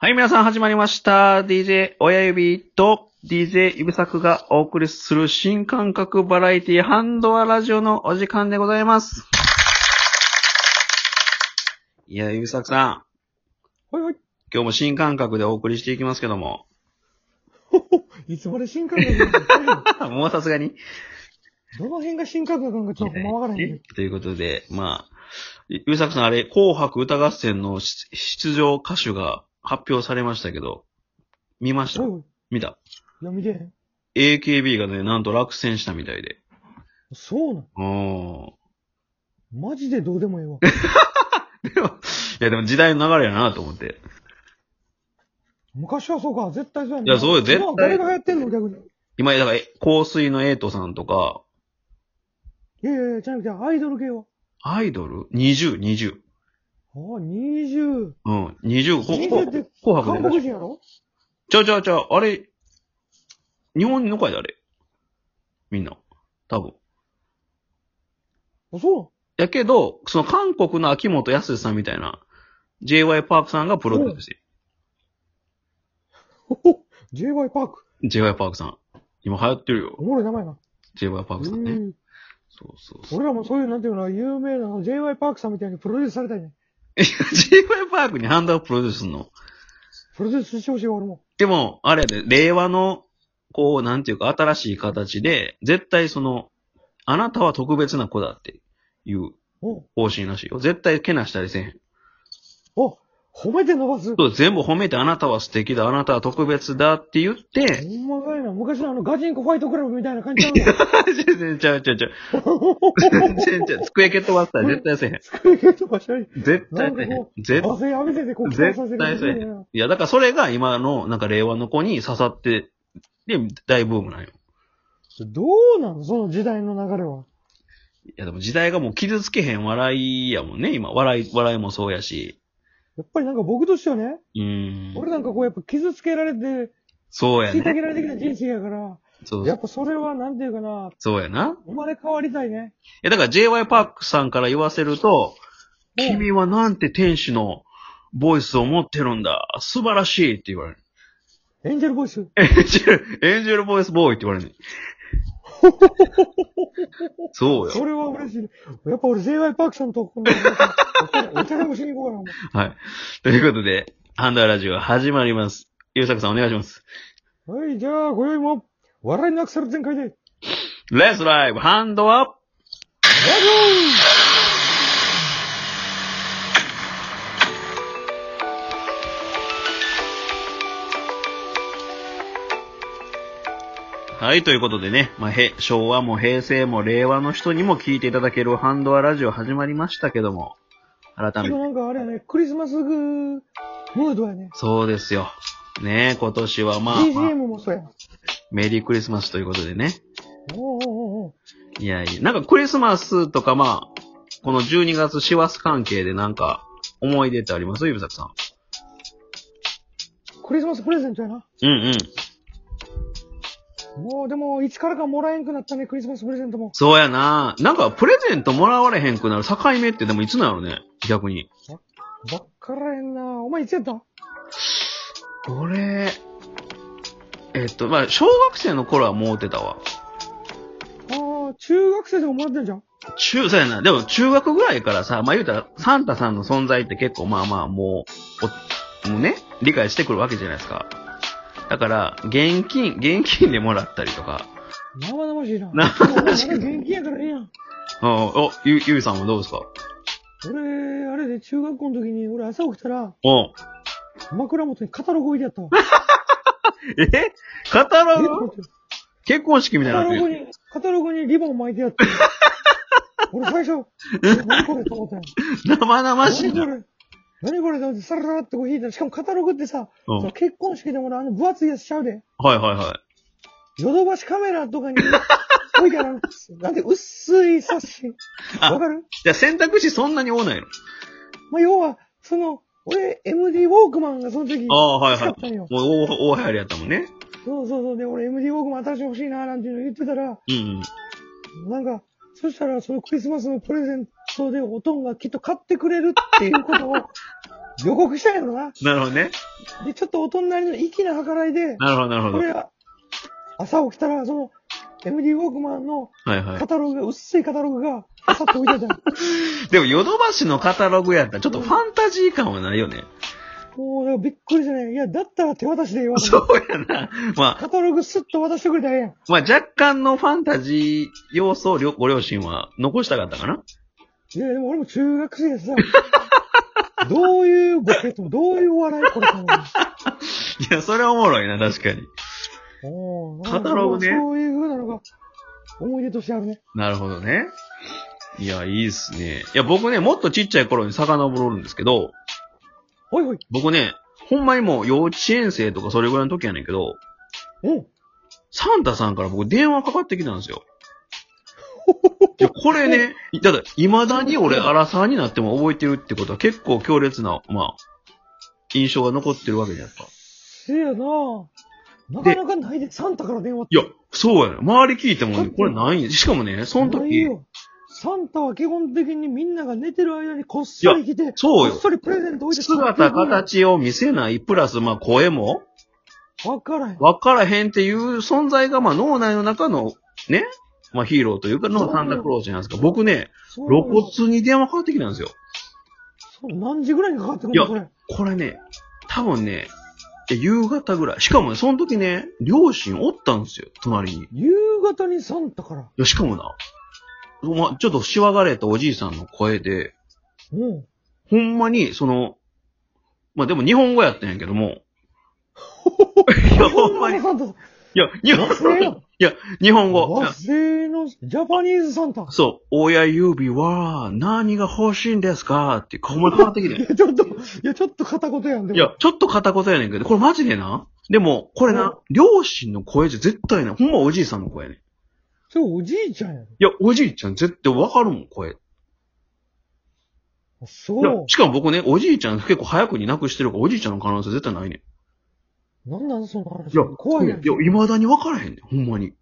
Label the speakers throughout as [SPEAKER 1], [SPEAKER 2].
[SPEAKER 1] はい、皆さん始まりました。DJ 親指と DJ 指作がお送りする新感覚バラエティハンドアラジオのお時間でございます。いや、指作さん。
[SPEAKER 2] はいはい。
[SPEAKER 1] 今日も新感覚でお送りしていきますけども。
[SPEAKER 2] いつまで新感覚なんか分からへん
[SPEAKER 1] もうさすがに。
[SPEAKER 2] どの辺が新感覚なんかちょっとほんまわからへんねん。
[SPEAKER 1] ということで、まあ、ゆうさくさんあれ、紅白歌合戦の出出場歌手が発表されましたけど、見ました
[SPEAKER 2] おい、
[SPEAKER 1] 見た。
[SPEAKER 2] 読みでへん。
[SPEAKER 1] AKB がね、なんと落選したみたいで。
[SPEAKER 2] そうなん。
[SPEAKER 1] うーん。
[SPEAKER 2] マジでどうでもええ わ。
[SPEAKER 1] でもいやでも時代の流れやなと思って。
[SPEAKER 2] 昔はそうか、絶対そうやん
[SPEAKER 1] いやそうよ絶対
[SPEAKER 2] 今は誰がやってんの逆に。
[SPEAKER 1] 今、だから、え香水のエイトさんとか、
[SPEAKER 2] いやいやいや、ちゃうちゃう、アイドル系は。
[SPEAKER 1] アイドル ?20、20。
[SPEAKER 2] ああ、20。
[SPEAKER 1] うん、20。ほ
[SPEAKER 2] 20
[SPEAKER 1] ほ
[SPEAKER 2] って
[SPEAKER 1] 紅
[SPEAKER 2] 韓
[SPEAKER 1] 白
[SPEAKER 2] 国
[SPEAKER 1] で。
[SPEAKER 2] 人やろ
[SPEAKER 1] ちゃうちゃうちゃう、あれ、日本の会だ、あれ。みんな。多分。
[SPEAKER 2] あ、そ
[SPEAKER 1] やけど、その韓国の秋元康さんみたいな、j y パークさんがプロデュースして
[SPEAKER 2] うなん。j y パーク。
[SPEAKER 1] る。j y パークさん。今流行ってるよ。
[SPEAKER 2] おもろい名前な。
[SPEAKER 1] j y パークさん
[SPEAKER 2] う
[SPEAKER 1] ね。
[SPEAKER 2] ん
[SPEAKER 1] そうそうそう。
[SPEAKER 2] 俺らもそういう、なんていうの、有名な j y パークさんみたいにプロデュースされたいね。
[SPEAKER 1] j y パークにハンドアッププロデュースすんの
[SPEAKER 2] プロデュースしてほしいわ、俺も。
[SPEAKER 1] でも、あれやで、令和の、こう、なんていうか、新しい形で、絶対その、あなたは特別な子だっていう
[SPEAKER 2] お
[SPEAKER 1] 方針らしいよ。絶対けなしたりせえへん。
[SPEAKER 2] お褒めて伸ばす。
[SPEAKER 1] そう全部褒めて、あなたは素敵だ、あなたは特別だって言って、
[SPEAKER 2] ほんまかいな。昔のあの、ガチンコファイトクラブみたいな感じちゃうんだ。
[SPEAKER 1] 全然ちゃう ちゃうちゃう。全然ちゃう。机蹴っ飛ばしたら絶対せえへん。
[SPEAKER 2] 作りとかしゃり。
[SPEAKER 1] 絶対せえへ
[SPEAKER 2] なんか
[SPEAKER 1] ん
[SPEAKER 2] こ。
[SPEAKER 1] 絶対。
[SPEAKER 2] 汗浴びせて告白させてくれ
[SPEAKER 1] 絶対
[SPEAKER 2] る
[SPEAKER 1] そ
[SPEAKER 2] よ。
[SPEAKER 1] いや、だからそれが今の、なんか令和の子に刺さって、で、大ブームなんよ。
[SPEAKER 2] どうなのその時代の流れは。
[SPEAKER 1] いや、でも時代がもう傷つけへん笑いやもんね、今。笑い、笑いもそうやし。
[SPEAKER 2] やっぱりなんか僕としてはね、
[SPEAKER 1] うーん。
[SPEAKER 2] 俺なんかこうやっぱ傷つけられて、
[SPEAKER 1] そうや
[SPEAKER 2] 引いた
[SPEAKER 1] ね。
[SPEAKER 2] げられてきた人生やから、
[SPEAKER 1] そ
[SPEAKER 2] や
[SPEAKER 1] う
[SPEAKER 2] っ、ぱそれはなんていうかな、
[SPEAKER 1] そうやな。
[SPEAKER 2] 生まれ変わりたいね。
[SPEAKER 1] え、だから JY パークさんから言わせると、
[SPEAKER 2] うん
[SPEAKER 1] 君はなんて天使のボイスを持ってるんだ。素晴らしいって言われる。
[SPEAKER 2] エンジェルボイス。
[SPEAKER 1] エンジェル、エンジェルボイスボーイって言われる。 そう
[SPEAKER 2] そ
[SPEAKER 1] よ。
[SPEAKER 2] れは嬉しいね。やっぱ俺 j y パークさんと今度、お茶でもしに行こうかなお前。
[SPEAKER 1] はい。ということで、ハンダラジオ始まります。ゆうさくさんお願いします。
[SPEAKER 2] はい、じゃあ、今宵も、笑いのアクセル全開で、ラジ
[SPEAKER 1] レッツライブハンドアップはい、ということでね、まあ、へ、昭和も平成も令和の人にも聞いていただけるハンドアラジオ始まりましたけども、
[SPEAKER 2] オ
[SPEAKER 1] 改め
[SPEAKER 2] 今
[SPEAKER 1] て。
[SPEAKER 2] なんかあれやね、クリスマスぐムードやね。
[SPEAKER 1] そうですよ。ね今年はまあ、まあ
[SPEAKER 2] BGM もそうや。
[SPEAKER 1] メリークリスマスということでね。
[SPEAKER 2] おうおうおう
[SPEAKER 1] いやいや、なんかクリスマスとかまあ、この12月師走関係でなんか思い出ってありますゆぶさくさん。
[SPEAKER 2] おうクリスマスプレゼントやな。
[SPEAKER 1] うんうん。
[SPEAKER 2] もうでも、いつからかもらえんくなったね、クリスマスプレゼントも。
[SPEAKER 1] そうやななんかプレゼントもらわれへんくなる境目ってでもいつなのね逆に。
[SPEAKER 2] ばっからへんなお前いつやった
[SPEAKER 1] 俺、えっと、まあ、小学生の頃はもうてたわ。
[SPEAKER 2] ああ、中学生でももらってんじゃん。
[SPEAKER 1] 中、そうやな。でも中学ぐらいからさ、まあ、言うたら、サンタさんの存在って結構まあまあもう、おもうね、理解してくるわけじゃないですか。だから、現金、現金でもらったりとか。
[SPEAKER 2] 生々しいな。
[SPEAKER 1] 生々しい
[SPEAKER 2] お前まだ現金やからええやん。
[SPEAKER 1] うん、お、ゆ、ゆうさんはどうですか
[SPEAKER 2] 俺、あれで中学校の時に、俺朝起きたら、
[SPEAKER 1] お
[SPEAKER 2] 枕元にカタログ置いてやった わ。
[SPEAKER 1] えカタ
[SPEAKER 2] え
[SPEAKER 1] ロ
[SPEAKER 2] と思
[SPEAKER 1] グ
[SPEAKER 2] って
[SPEAKER 1] 結婚式みた
[SPEAKER 2] カ
[SPEAKER 1] いになって
[SPEAKER 2] タログ
[SPEAKER 1] る。
[SPEAKER 2] に、カタログにリボン巻いてやった。 俺最初、え何これと思ったんや
[SPEAKER 1] 生々しい
[SPEAKER 2] 何こ
[SPEAKER 1] な。
[SPEAKER 2] れ何これと思って、さららってこう引いたら、しかもカタログってさ、
[SPEAKER 1] うん
[SPEAKER 2] その結婚式でもなあの分厚いやつちゃうで。
[SPEAKER 1] はいはいはい。
[SPEAKER 2] ヨドバシカメラとかに、置いてある。なんて薄い冊子。
[SPEAKER 1] あ
[SPEAKER 2] わかる
[SPEAKER 1] じゃあ選択肢そんなに多ないの
[SPEAKER 2] まあ、要は、その、俺、MD ウォークマンがその時、
[SPEAKER 1] ああ、はい
[SPEAKER 2] 欲し
[SPEAKER 1] は
[SPEAKER 2] か
[SPEAKER 1] い
[SPEAKER 2] っ。たんよ。
[SPEAKER 1] もう大、大流行りやったもんね。
[SPEAKER 2] そうそうそう。で、俺、MD ウォークマン新しいの欲しいな、なんていうの言ってたら、
[SPEAKER 1] うんうん。
[SPEAKER 2] なんか、そしたら、そのクリスマスのプレゼントで、おとんがきっと買ってくれるっていうことを、予告したんやろな。
[SPEAKER 1] なるほどね。
[SPEAKER 2] で、ちょっと大人なりの粋な計らいで、
[SPEAKER 1] なるほど、なるほ
[SPEAKER 2] こ
[SPEAKER 1] ど。
[SPEAKER 2] れは、朝起きたら、その、MD ウォークマンの
[SPEAKER 1] はいは
[SPEAKER 2] カタログが、薄いカタログが、パサッと置いてあった。
[SPEAKER 1] い。でも、ヨドバシのカタログやったら、ちょっとファンタジー感はないよね。
[SPEAKER 2] もう、だからびっくりじゃない。いや、だったら手渡しで言わ
[SPEAKER 1] そうやな。まあ、
[SPEAKER 2] カタログスッと渡してくれたらええやん。
[SPEAKER 1] まあ、若干のファンタジー要素を両ご両親は残したかったかな。
[SPEAKER 2] いや、でも俺も中学生でさ、 どういうボケと、どういうお笑いこれかな。
[SPEAKER 1] いや、それはおもろいな、確かに。
[SPEAKER 2] おー
[SPEAKER 1] カタログね
[SPEAKER 2] そういう風なのが、思い出としてあるね。
[SPEAKER 1] なるほどね。いや、いいっすね。いや、僕ね、もっとちっちゃい頃に遡るんですけど、
[SPEAKER 2] ほいほい。
[SPEAKER 1] 僕ね、ほんまにもう幼稚園生とかそれぐらいの時やねんけど、
[SPEAKER 2] おう
[SPEAKER 1] サンタさんから僕電話かかってきたんです よ。いや、これね、だから、未だに俺、アラサーになっても覚えてるってことは結構強烈な、まあ、印象が残ってるわけじゃないですか。
[SPEAKER 2] せやななかなかないで、サンタから電話って。
[SPEAKER 1] いや、そうやね。周り聞いてもね、これない。しかもね、その
[SPEAKER 2] ない
[SPEAKER 1] 時、
[SPEAKER 2] よ。サンタは基本的にみんなが寝てる間にこっそり来て、
[SPEAKER 1] そうよ
[SPEAKER 2] こっそりプレゼント置いて
[SPEAKER 1] 姿、形を見せない、プラス、まあ、声も、
[SPEAKER 2] わからへん。
[SPEAKER 1] わからへんっていう存在が、まあ、脳内の中の、ね、まあ、ヒーローというか、のサンタクロースじゃないですか。僕ね、
[SPEAKER 2] そう
[SPEAKER 1] 露骨に電話かかってきたんですよ。
[SPEAKER 2] そう何時ぐらいにかかってくるの
[SPEAKER 1] い
[SPEAKER 2] これ。
[SPEAKER 1] これね、多分ね、いや夕方ぐらい。しかもね、その時ね、両親おったんですよ、隣に。い
[SPEAKER 2] 夕方にサンタから。
[SPEAKER 1] や、しかもな、まあ、ちょっとしわがれたおじいさんの声で、
[SPEAKER 2] うん。
[SPEAKER 1] ほんまに、その、まあでも日本語やったんやけども、いや、ほんまに、い
[SPEAKER 2] サンタさん。
[SPEAKER 1] や、日本
[SPEAKER 2] 忘 れよ。
[SPEAKER 1] 日本語。
[SPEAKER 2] 和製のジャパニーズサンタ。
[SPEAKER 1] そう、親指は何が欲しいんですかって、こまかかってきて
[SPEAKER 2] い。や、ちょっと、いや、ちょっと片言やん。でも
[SPEAKER 1] いや、ちょっと片言やねんけど、これマジでな。でも、これな、両親の声じゃ絶対ない。ほんまおじいさんの声やねん。
[SPEAKER 2] それおじいちゃんや
[SPEAKER 1] いや、おじいちゃん絶対わかるもん、声。い
[SPEAKER 2] ろ。
[SPEAKER 1] や
[SPEAKER 2] そ
[SPEAKER 1] しかも僕ね、おじいちゃん結構早くに亡くしてるから、おじいちゃんの可能性絶対ないねん。
[SPEAKER 2] う。なんなんその話。
[SPEAKER 1] いや、
[SPEAKER 2] 怖いやん。
[SPEAKER 1] いや、未だに分からへんねん、ほんまに。い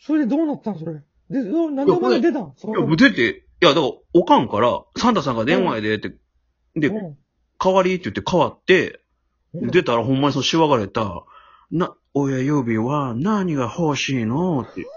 [SPEAKER 2] それでどうなったんそれ。で、うん何でお前が出たんそ
[SPEAKER 1] や、
[SPEAKER 2] れ
[SPEAKER 1] もう出て、いや、だから、おかんから、サンタさんが電話やでって、で、代わりって言って変わって、
[SPEAKER 2] うん
[SPEAKER 1] 出たらほんまにそのしわがれた、な、親指は何が欲しいのって。 いや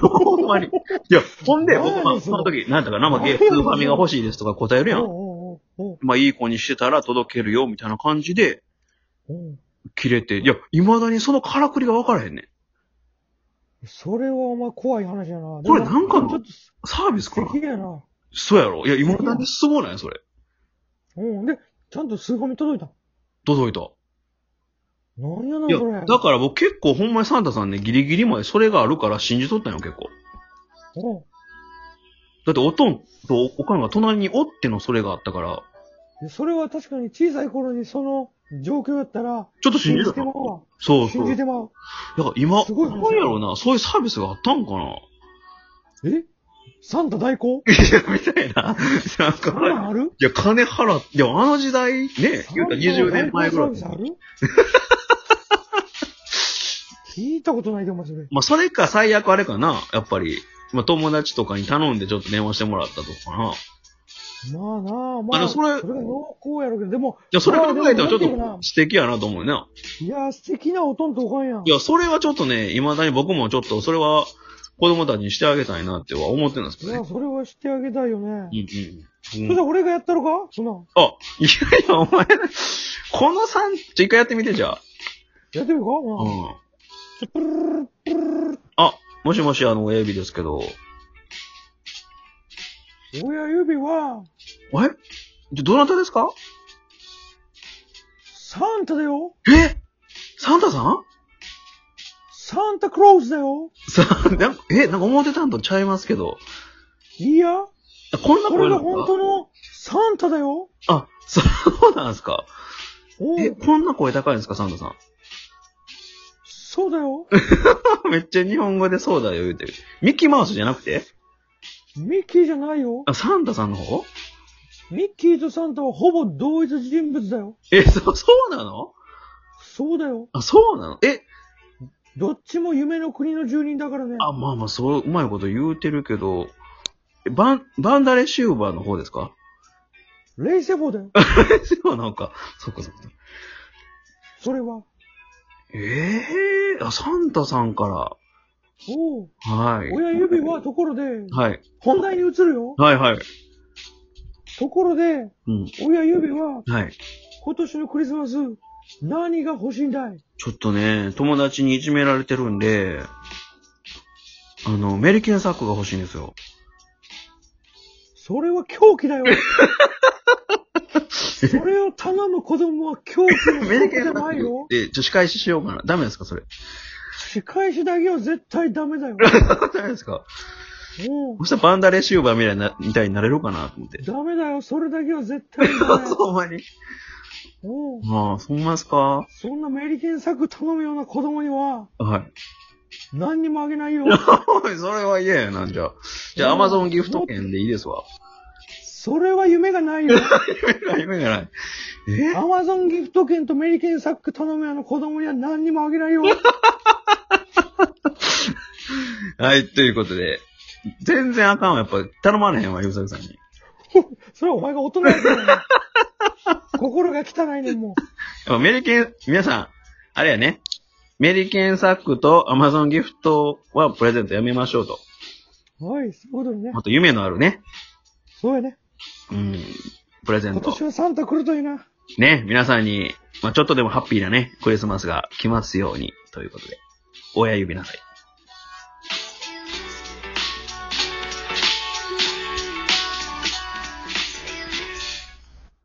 [SPEAKER 1] ほんまに。いや、ほんで、僕、まあ、その時、なんだか生ゲー、スーファミが欲しいですとか答えるや。
[SPEAKER 2] うんんうんうん
[SPEAKER 1] まあ、いい子にしてたら届けるよ、みたいな感じで、
[SPEAKER 2] うん
[SPEAKER 1] 切れて。いや、未だにそのからくりが分からへんねん。
[SPEAKER 2] それはお前怖い話やな。
[SPEAKER 1] これなんかの
[SPEAKER 2] でもちょっと
[SPEAKER 1] サービスか
[SPEAKER 2] 素
[SPEAKER 1] な
[SPEAKER 2] 敵やな。
[SPEAKER 1] そうやろいや、未だにすごないそれ。
[SPEAKER 2] うん。で、ちゃんと数本届いた。
[SPEAKER 1] 届いた。
[SPEAKER 2] なんやない
[SPEAKER 1] や、
[SPEAKER 2] それ。
[SPEAKER 1] だから僕結構ほんまにサンタさんね、ギリギリまでそれがあるから信じとったんよ、結構。
[SPEAKER 2] うん。
[SPEAKER 1] だって、おとんとおかんが隣におってのそれがあったから、
[SPEAKER 2] でそれは確かに小さい頃にその状況やったら、
[SPEAKER 1] ちょっと信
[SPEAKER 2] 信
[SPEAKER 1] じ
[SPEAKER 2] じ
[SPEAKER 1] てた
[SPEAKER 2] てまうわ。
[SPEAKER 1] そうそ
[SPEAKER 2] 信
[SPEAKER 1] う。
[SPEAKER 2] じ
[SPEAKER 1] だか
[SPEAKER 2] てまう。
[SPEAKER 1] ら今、
[SPEAKER 2] すごい
[SPEAKER 1] なんやろうな、そういうサービスがあったんかな
[SPEAKER 2] えサンタ代行
[SPEAKER 1] いや、みたいな。 なん
[SPEAKER 2] そんな
[SPEAKER 1] か、
[SPEAKER 2] んある
[SPEAKER 1] いや、金払って、でもあの時代、ね、言うたら20年前ぐ らい。
[SPEAKER 2] サンタ代行サービスある聞いたことないでお前それ。
[SPEAKER 1] まあ、それか最悪あれかな、やっぱり。まあ、友達とかに頼んでちょっと電話してもらったとかな。い
[SPEAKER 2] まあなあ、ま
[SPEAKER 1] あの
[SPEAKER 2] あ、
[SPEAKER 1] それ
[SPEAKER 2] それが濃厚やろうけど、でも、
[SPEAKER 1] や、それ考えたらちょっ
[SPEAKER 2] まあでもなんていうかな
[SPEAKER 1] と素敵やなと思うな。
[SPEAKER 2] いやー、素敵なおとんとおかんやん。
[SPEAKER 1] いや、それはちょっとね、未だに僕もちょっと、それは子供たちにしてあげたいなっては思ってるんですけ
[SPEAKER 2] い
[SPEAKER 1] どね
[SPEAKER 2] や、。それはしてあげたいよね。
[SPEAKER 1] うん
[SPEAKER 2] そ
[SPEAKER 1] うんう
[SPEAKER 2] れ
[SPEAKER 1] ん
[SPEAKER 2] で俺がやったのかそんなん。
[SPEAKER 1] あ、いやいや、お前、この3、ちょ、一回やってみて、じゃあ。
[SPEAKER 2] やってみるか
[SPEAKER 1] うん。
[SPEAKER 2] うん。ちょプルルルプルルル
[SPEAKER 1] あ、もしもし、あの、親指ですけど。
[SPEAKER 2] 親指は、
[SPEAKER 1] えじゃ、どなたですか
[SPEAKER 2] サンタだよ
[SPEAKER 1] えサンタさん
[SPEAKER 2] サンタクロースだよ
[SPEAKER 1] さなんか、え、なんか思ってたんとちゃいますけど。
[SPEAKER 2] いや、
[SPEAKER 1] あこんな
[SPEAKER 2] こ
[SPEAKER 1] 声
[SPEAKER 2] れ
[SPEAKER 1] な
[SPEAKER 2] が
[SPEAKER 1] ん
[SPEAKER 2] 本
[SPEAKER 1] だ
[SPEAKER 2] 当のサンタだよ
[SPEAKER 1] あ、そうなんですか。
[SPEAKER 2] お
[SPEAKER 1] え、
[SPEAKER 2] う
[SPEAKER 1] こんな声高いんです か、サンタさ
[SPEAKER 2] そうだよ。
[SPEAKER 1] ん。めっちゃ日本語でそうだよ、言うてる。ミッキーマウスじゃなくて
[SPEAKER 2] ミッキーじゃないよ。
[SPEAKER 1] あ、サンタさんの方
[SPEAKER 2] ミッキーとサンタはほぼ同一人物だよ。
[SPEAKER 1] え、そ、そうなの
[SPEAKER 2] そうだよ。
[SPEAKER 1] あ、そうなのえ、
[SPEAKER 2] どっちも夢の国の住人だからね。
[SPEAKER 1] あ、まあまあ、そう、うまいこと言うてるけど、えバン、バンダレシューバーの方ですか
[SPEAKER 2] 冷静棒だよ。
[SPEAKER 1] そう、なんか、そっかそっか。
[SPEAKER 2] それは。
[SPEAKER 1] ええあ、サンタさんか
[SPEAKER 2] おう。
[SPEAKER 1] ら。はい。
[SPEAKER 2] 親指はところで、
[SPEAKER 1] はい。
[SPEAKER 2] 本題に移るよ。
[SPEAKER 1] はいはい。
[SPEAKER 2] ところで、
[SPEAKER 1] うん。
[SPEAKER 2] 親指は
[SPEAKER 1] はい。
[SPEAKER 2] 今年のクリスマス、何が欲しいんだい
[SPEAKER 1] ちょっとね、友達にいじめられてるんで、あの、メリケンサックが欲しいんですよ。
[SPEAKER 2] それは狂気だよ。それを頼む子供は狂気の証拠でないよ。
[SPEAKER 1] え、ちょ、仕返ししようかな。ダメですかそれ。
[SPEAKER 2] 仕返しだけは絶対ダメだよ。
[SPEAKER 1] ダメですか
[SPEAKER 2] も
[SPEAKER 1] そしたらバンダレシューバーみたいな、みたいになれるかなと思って
[SPEAKER 2] う、。ダメだよ。それだけは絶対ダメ。
[SPEAKER 1] ほんまに。
[SPEAKER 2] もう、
[SPEAKER 1] ああ、そんまですか
[SPEAKER 2] そんなメリケンサック頼むような子供には、
[SPEAKER 1] はい。
[SPEAKER 2] 何にもあげないよ。
[SPEAKER 1] それは嫌やな、じゃあ。じゃあ、アマゾンギフト券でいいですわ。
[SPEAKER 2] それは夢がないよ。
[SPEAKER 1] 夢がない。え
[SPEAKER 2] アマゾンギフト券とメリケンサック頼むような子供には何にもあげないよ。
[SPEAKER 1] はい、ということで。全然あかんわ、やっぱ。頼まれへんわ、ゆうさくさんに。
[SPEAKER 2] それはお前が大人だから。心が汚いねん、もう。
[SPEAKER 1] やっぱメリケン、皆さん、あれやね。メリケンサックとアマゾンギフトはプレゼントやめましょうと。
[SPEAKER 2] おい、そういうことにね
[SPEAKER 1] も。っと夢のあるね。
[SPEAKER 2] そうやね。
[SPEAKER 1] うん。プレゼン
[SPEAKER 2] 今
[SPEAKER 1] ト
[SPEAKER 2] 年。はサンタ来るといいな。
[SPEAKER 1] ね、皆さんに、まあ、ちょっとでもハッピーなね、クリスマスが来ますように、ということで。親指なさい。